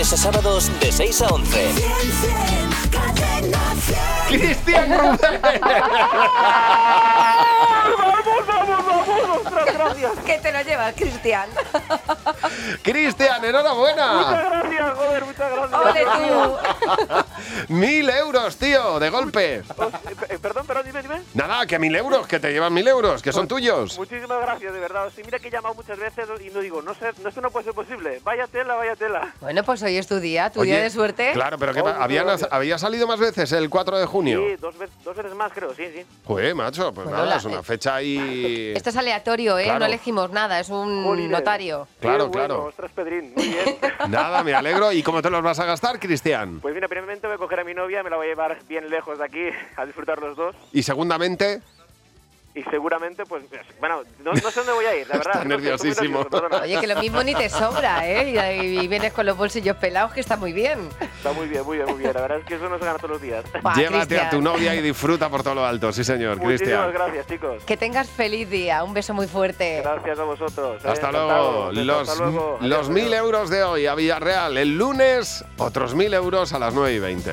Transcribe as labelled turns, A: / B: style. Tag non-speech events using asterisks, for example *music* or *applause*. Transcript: A: a sábados de 6 a 11.
B: ¡Cristian Rubén!
C: ¡Vamos, vamos, vamos!
D: *laughs*
C: ¡Ostras, gracias!
D: Que te lo llevas, Cristian.
B: *laughs* ¡Cristian, enhorabuena!
C: Muchas gracias, joder, muchas gracias.
D: Ole tú.
B: ¡Mil euros, tío! De golpe.
C: Os- eh, eh, Perdón, perdón, dime, dime.
B: Nada, que mil euros, que te llevan mil euros, que son tuyos.
C: Muchísimas gracias, de verdad. Sí, mira que he llamado muchas veces y no digo, no sé, no, esto no puede ser posible. Vaya tela, vaya tela.
D: Bueno, pues hoy es tu día, tu
B: Oye,
D: día de suerte.
B: Claro, pero que
C: Oh,
B: pa-
C: muchas
B: habían-
C: gracias.
B: había salido más veces el 4 de junio.
C: Sí, dos, ve- dos veces más, creo, sí, sí.
B: Joder, macho, pues
D: Bueno,
B: nada,
D: la-
B: es una fecha ahí.
D: *laughs* Esto es aleatorio, ¿eh?
B: Claro.
D: No elegimos nada, es un
C: Jolines.
D: notario.
C: Qué
B: Claro,
C: bueno,
B: claro.
C: Ostras, Pedrín, muy bien. *laughs*
B: Nada, me alegro. ¿Y cómo te los vas a gastar, Cristian?
C: Pues mira, primeramente voy a coger a mi novia, me la voy a llevar bien lejos de aquí a disfrutar los dos.
B: Y segundamente,
C: Y seguramente, pues, bueno, no, no sé dónde voy a ir, la
B: *laughs*
C: verdad.
B: Está
C: no sé, estoy
B: nerviosísimo.
C: muy nervioso, perdona.
D: Oye, que lo mismo ni te sobra, ¿eh? Y, y vienes con los bolsillos pelados, que está muy bien.
C: Está muy bien, muy bien, muy bien. La verdad es que eso no se gana todos los días.
D: Pa,
B: llévate a
D: Cristian.
B: tu novia y disfruta por todo lo alto. Sí, señor,
C: Muchísimas
B: Cristian.
C: gracias, chicos.
D: Que tengas feliz día, un beso muy fuerte.
C: Gracias a vosotros. ¿eh?
B: Hasta luego.
C: Encantado.
B: Los,
C: Hasta luego.
B: los
C: Adiós,
B: mil
C: adiós.
B: euros de hoy a Villarreal. El lunes, otros mil euros a las 9 y 20.